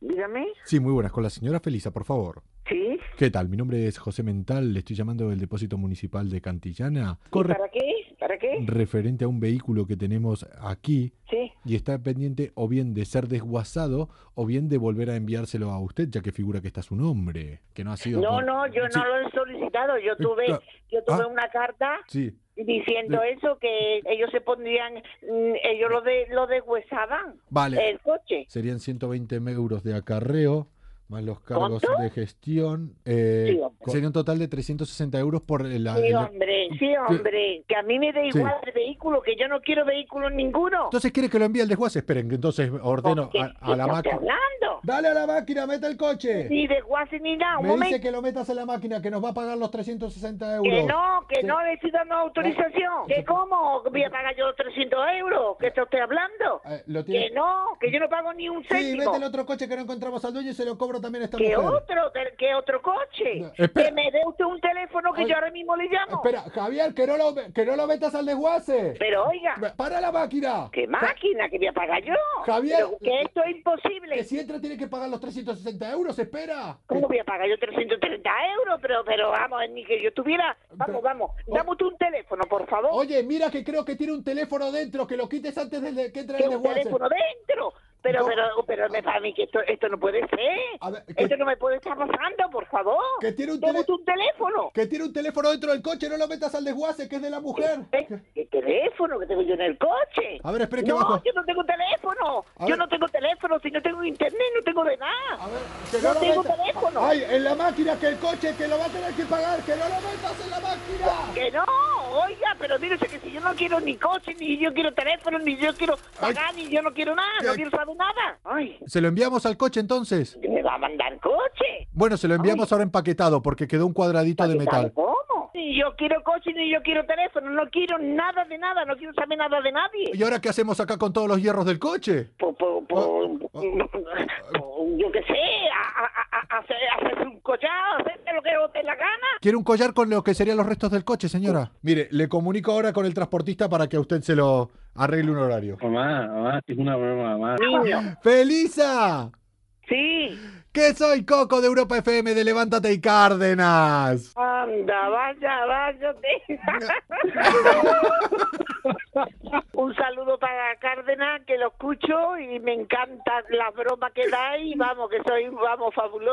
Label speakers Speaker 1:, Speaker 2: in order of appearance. Speaker 1: dígame.
Speaker 2: Sí, muy buenas. Con la señora Felisa, por favor.
Speaker 1: Sí.
Speaker 2: ¿Qué tal? Mi nombre es José Mental, le estoy llamando del depósito municipal de Cantillana.
Speaker 1: ¿Y
Speaker 2: Corre
Speaker 1: ¿Para qué? ¿Para qué?
Speaker 2: referente a un vehículo que tenemos aquí
Speaker 1: Sí.
Speaker 2: y está pendiente o bien de ser desguazado o bien de volver a enviárselo a usted, ya que figura que está su nombre, que no ha sido...
Speaker 1: No,
Speaker 2: por-
Speaker 1: no, yo
Speaker 2: Sí,
Speaker 1: no lo he solicitado. Yo
Speaker 2: Eh,
Speaker 1: tuve,
Speaker 2: claro.
Speaker 1: yo tuve
Speaker 2: Ah.
Speaker 1: una carta
Speaker 2: Sí,
Speaker 1: diciendo
Speaker 2: De-
Speaker 1: eso que ellos se pondrían, mm, ellos lo de lo deshuesaban
Speaker 2: vale.
Speaker 1: el coche.
Speaker 2: Serían 120 euros de acarreo, más los cargos
Speaker 1: ¿Cuánto?
Speaker 2: de gestión. eh,
Speaker 1: Sí, hombre.
Speaker 2: sería un total de 360 euros por la...
Speaker 1: Sí,
Speaker 2: la-
Speaker 1: hombre, sí, hombre, que a mí me da igual el vehículo, que yo no quiero vehículo ninguno.
Speaker 2: Entonces, ¿quiere que lo envíe el desguace? Esperen, que entonces ordeno
Speaker 1: Porque,
Speaker 2: a,
Speaker 1: ¿qué
Speaker 2: a la
Speaker 1: estás
Speaker 2: máquina.
Speaker 1: hablando?
Speaker 2: Dale a la máquina, meta el coche.
Speaker 1: Ni desguace ni nada, un
Speaker 2: Me dice
Speaker 1: momento.
Speaker 2: que lo metas en la máquina, que nos va a pagar los 360 euros.
Speaker 1: Que no, que
Speaker 2: Sí.
Speaker 1: no le estoy dando autorización. ¿Que cómo? ¿Que ¿Voy a pagar yo 300 euros? ¿Qué está usted hablando?
Speaker 2: Eh, lo tiene-
Speaker 1: Que no, que yo no pago ni un
Speaker 2: Sí,
Speaker 1: céntimo.
Speaker 2: mete el otro coche que no encontramos al dueño y se lo cobro también a esta
Speaker 1: ¿Qué
Speaker 2: mujer.
Speaker 1: otro? ¿Qué- ¿Qué otro coche?
Speaker 2: No, espera.
Speaker 1: que me dé usted un teléfono que
Speaker 2: Ay.
Speaker 1: yo ahora mismo le llamo.
Speaker 2: Espera, Javier, que no lo, que no lo metas al desguace.
Speaker 1: Pero oiga,
Speaker 2: Para la máquina.
Speaker 1: ¿qué máquina que voy a pagar yo?
Speaker 2: Javier.
Speaker 1: Pero que esto es
Speaker 2: Que
Speaker 1: imposible.
Speaker 2: si entra tiene que pagar los 360 euros, espera.
Speaker 1: ¿Cómo voy a pagar yo 330 euros? Pero, pero vamos, ni que yo tuviera...
Speaker 2: Pero-
Speaker 1: Vamos, vamos,
Speaker 2: o-
Speaker 1: dame usted un teléfono, por favor.
Speaker 2: Oye, mira que creo que tiene un teléfono dentro, que lo quites antes de- de que entre
Speaker 1: que
Speaker 2: el
Speaker 1: un
Speaker 2: desguace.
Speaker 1: teléfono dentro. Pero,
Speaker 2: No.
Speaker 1: pero, pero me para mí que esto, esto no puede ser.
Speaker 2: A ver, que-
Speaker 1: esto no me puede estar pasando, por favor.
Speaker 2: Que tiene un
Speaker 1: Dame
Speaker 2: tele-
Speaker 1: usted un teléfono.
Speaker 2: Que tiene un teléfono dentro del coche, no lo metas al desguace, que es de la mujer.
Speaker 1: ¿Qué, qué teléfono que tengo yo en el coche?
Speaker 2: A ver, espere que
Speaker 1: no,
Speaker 2: bajo.
Speaker 1: yo no tengo teléfono.
Speaker 2: A
Speaker 1: yo
Speaker 2: ver.
Speaker 1: no tengo teléfono. Si no tengo internet, no tengo de
Speaker 2: A
Speaker 1: nada.
Speaker 2: ver, que
Speaker 1: No
Speaker 2: lo
Speaker 1: tengo
Speaker 2: metas-
Speaker 1: teléfono.
Speaker 2: Ay, en la máquina, que el coche, que lo va a tener que pagar, que no lo metas en la máquina.
Speaker 1: Que no, oiga, pero mírese que si yo no quiero ni coche, ni yo quiero teléfono, ni yo quiero pagar, ni yo no quiero nada, no
Speaker 2: Ay.
Speaker 1: quiero saber nada. Ay,
Speaker 2: ¿Se lo enviamos al coche entonces?
Speaker 1: ¿me va a mandar coche?
Speaker 2: Bueno, se lo enviamos ahora empaquetado porque quedó un cuadradito de metal.
Speaker 1: ¿Cómo? Ni yo quiero coche, ni yo quiero teléfono, no quiero nada de nada, no quiero saber nada de nadie.
Speaker 2: ¿Y ahora qué hacemos acá con todos los hierros del coche?
Speaker 1: Po- po- po- po- yo qué sé, a- a- a- hacer, hacerse un collado, hacerse lo que os dé la gana.
Speaker 2: Quiero un collar con lo que serían los restos del coche, señora. Uh. Mire, le comunico ahora con el transportista para que a usted se lo arregle un horario.
Speaker 3: Mamá, mamá, es una broma, mamá.
Speaker 1: Niño,
Speaker 2: ¡Felisa!
Speaker 1: sí,
Speaker 2: ¡Que soy Coco de Europa FM de Levántate y Cárdenas!
Speaker 1: anda, vaya, vaya. te- un saludo para Cárdenas, que lo escucho y me encanta la broma que da y vamos, que soy, vamos, fabuloso.